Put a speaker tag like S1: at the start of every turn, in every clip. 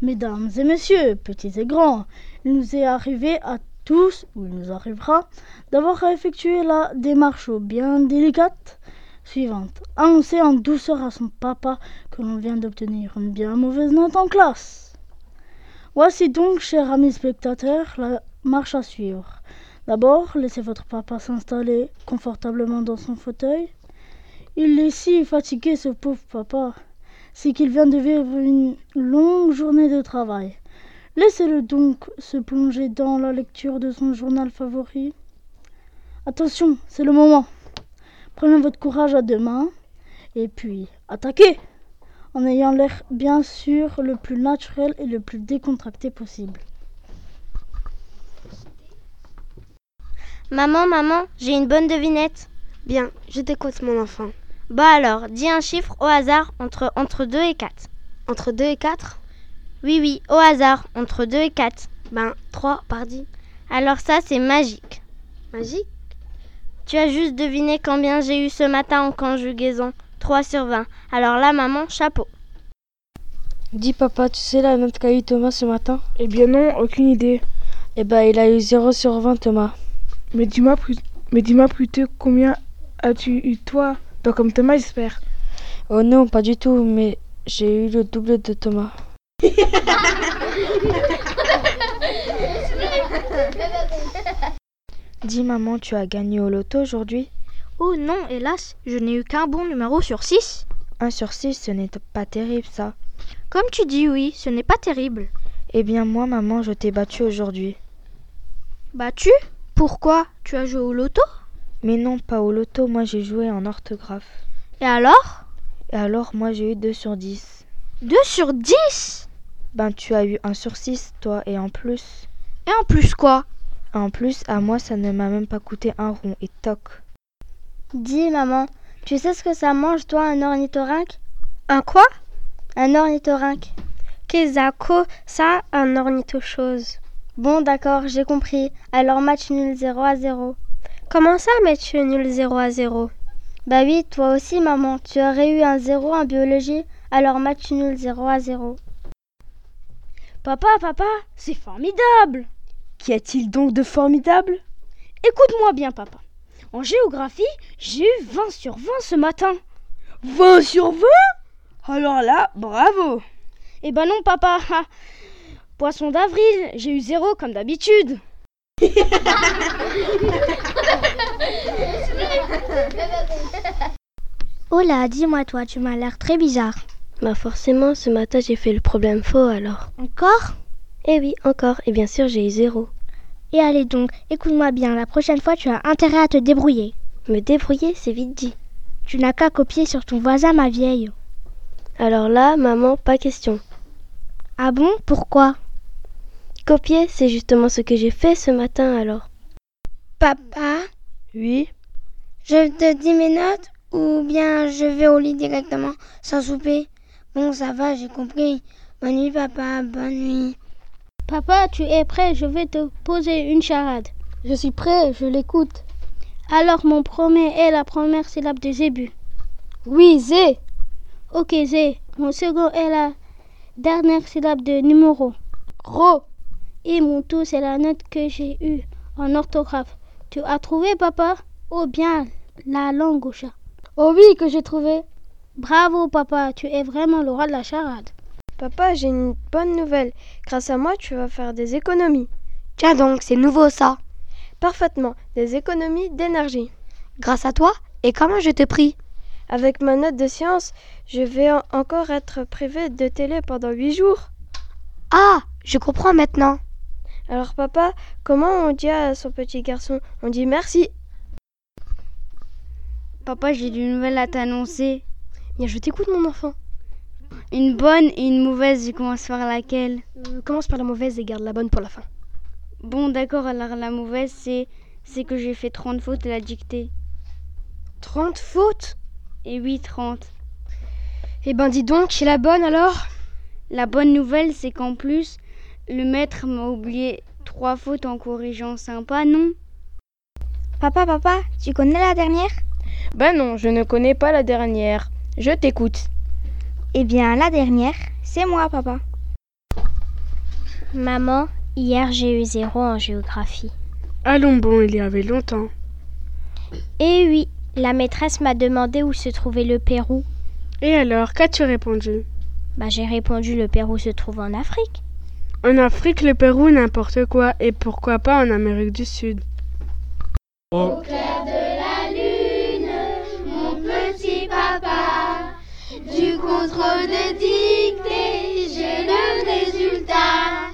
S1: Mesdames et messieurs, petits et grands, il nous est arrivé à tous, ou il nous arrivera, d'avoir à effectuer la démarche bien délicate suivante. Annoncer en douceur à son papa que l'on vient d'obtenir une bien mauvaise note en classe. Voici donc, chers amis spectateurs, la marche à suivre. D'abord, laissez votre papa s'installer confortablement dans son fauteuil. Il est si fatigué, ce pauvre papa. C'est qu'il vient de vivre une longue journée de travail. Laissez-le donc se plonger dans la lecture de son journal favori. Attention, c'est le moment. Prenez votre courage à deux mains et puis attaquez en ayant l'air bien sûr le plus naturel et le plus décontracté possible.
S2: Maman, maman, j'ai une bonne devinette.
S3: Bien, je t'écoute mon enfant.
S2: Bah alors, dis un chiffre au hasard entre, entre 2 et 4.
S3: Entre 2 et 4
S2: Oui, oui, au hasard, entre 2 et 4.
S3: Ben, 3 par 10.
S2: Alors ça, c'est magique.
S3: Magique
S2: Tu as juste deviné combien j'ai eu ce matin en conjugaison. 3 sur 20. Alors là, maman, chapeau.
S4: Dis papa, tu sais la note qu'a eu Thomas ce matin
S5: Eh bien non, aucune idée.
S4: Eh ben, il a eu 0 sur 20 Thomas.
S5: Mais dis-moi plus... Mais dis-moi plutôt combien as-tu eu toi Pas comme Thomas, j'espère.
S4: Oh non, pas du tout, mais j'ai eu le double de Thomas.
S6: Dis maman, tu as gagné au loto aujourd'hui
S7: Oh non, hélas, je n'ai eu qu'un bon numéro sur 6.
S6: 1 sur 6, ce n'est pas terrible ça.
S7: Comme tu dis oui, ce n'est pas terrible.
S6: Eh bien moi maman, je t'ai battu aujourd'hui.
S7: Battu Bah pourquoi Tu as joué au loto
S6: Mais non, pas au loto, moi j'ai joué en orthographe.
S7: Et alors
S6: Et alors, moi j'ai eu 2 sur 10.
S7: 2 sur 10
S6: Ben tu as eu 1 sur 6, toi, et en plus.
S7: Et en plus quoi
S6: En plus, à moi ça ne m'a même pas coûté un rond, et toc.
S8: Dis maman, tu sais ce que ça mange, toi, un ornithorynque
S7: Un quoi
S8: Un ornithorynque.
S3: Qu'est-ce ça, un ornithochose
S8: Bon, d'accord, j'ai compris. Alors match nul 0 à 0.
S3: Comment ça, match nul 0 à 0
S8: Bah oui, toi aussi, maman. Tu aurais eu un 0 en biologie. Alors match nul 0 à 0.
S9: Papa, papa, c'est formidable
S10: Qu'y a-t-il donc de formidable
S9: Écoute-moi bien, papa. En géographie, j'ai eu 20 sur 20 ce matin.
S10: 20 sur 20 Alors là, bravo
S9: Eh ben non, papa poisson d'avril, j'ai eu zéro comme d'habitude.
S8: oh là, dis-moi toi, tu m'as l'air très bizarre.
S3: Bah forcément, ce matin j'ai fait le problème faux alors.
S8: Encore
S3: Eh oui, encore, et bien sûr j'ai eu zéro.
S8: Et allez donc, écoute-moi bien, la prochaine fois tu as intérêt à te débrouiller.
S3: Me débrouiller, c'est vite dit.
S8: Tu n'as qu'à copier sur ton voisin, ma vieille.
S3: Alors là, maman, pas question.
S8: Ah bon Pourquoi
S3: Copier, c'est justement ce que j'ai fait ce matin alors.
S11: Papa
S4: Oui
S11: Je te dis mes notes ou bien je vais au lit directement sans souper Bon, ça va, j'ai compris. Bonne nuit, papa, bonne nuit.
S12: Papa, tu es prêt Je vais te poser une charade.
S13: Je suis prêt, je l'écoute.
S12: Alors, mon premier est la première syllabe de Zébu.
S13: Oui, Zé.
S12: Ok, Zé. Mon second est la dernière syllabe de numéro.
S13: Ro.
S12: Et mon tout, c'est la note que j'ai eue en orthographe. Tu as trouvé, papa Oh bien, la langue au chat.
S13: Oh oui, que j'ai trouvé.
S12: Bravo, papa, tu es vraiment le roi de la charade.
S3: Papa, j'ai une bonne nouvelle. Grâce à moi, tu vas faire des économies.
S11: Tiens donc, c'est nouveau ça.
S3: Parfaitement, des économies d'énergie.
S11: Grâce à toi Et comment je te prie
S3: avec ma note de science, je vais en encore être privé de télé pendant huit jours.
S11: Ah, je comprends maintenant.
S3: Alors papa, comment on dit à son petit garçon On dit merci.
S14: Papa, j'ai du nouvel à t'annoncer.
S3: Bien, je t'écoute mon enfant.
S14: Une bonne et une mauvaise, je commence par laquelle
S3: euh, Commence par la mauvaise et garde la bonne pour la fin.
S14: Bon, d'accord, alors la mauvaise, c'est c'est que j'ai fait 30 fautes à la dictée.
S3: 30 fautes
S14: et 8,30.
S3: Eh ben dis donc, c'est la bonne alors
S14: La bonne nouvelle, c'est qu'en plus, le maître m'a oublié trois fautes en corrigeant sympa, non
S11: Papa, papa, tu connais la dernière
S15: Ben non, je ne connais pas la dernière. Je t'écoute.
S11: Eh bien, la dernière, c'est moi, papa.
S16: Maman, hier j'ai eu zéro en géographie.
S5: Allons bon, il y avait longtemps.
S16: Eh oui, la maîtresse m'a demandé où se trouvait le Pérou.
S5: Et alors, qu'as-tu répondu
S16: Bah j'ai répondu le Pérou se trouve en Afrique.
S5: En Afrique, le Pérou, n'importe quoi, et pourquoi pas en Amérique du Sud.
S2: Au clair de la lune, mon petit papa, du contrôle de dictée, j'ai le résultat.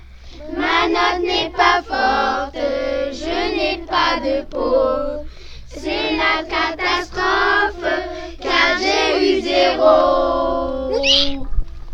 S2: Ma note n'est pas forte, je n'ai pas de peau. C'est la catastrophe, car j'ai eu zéro.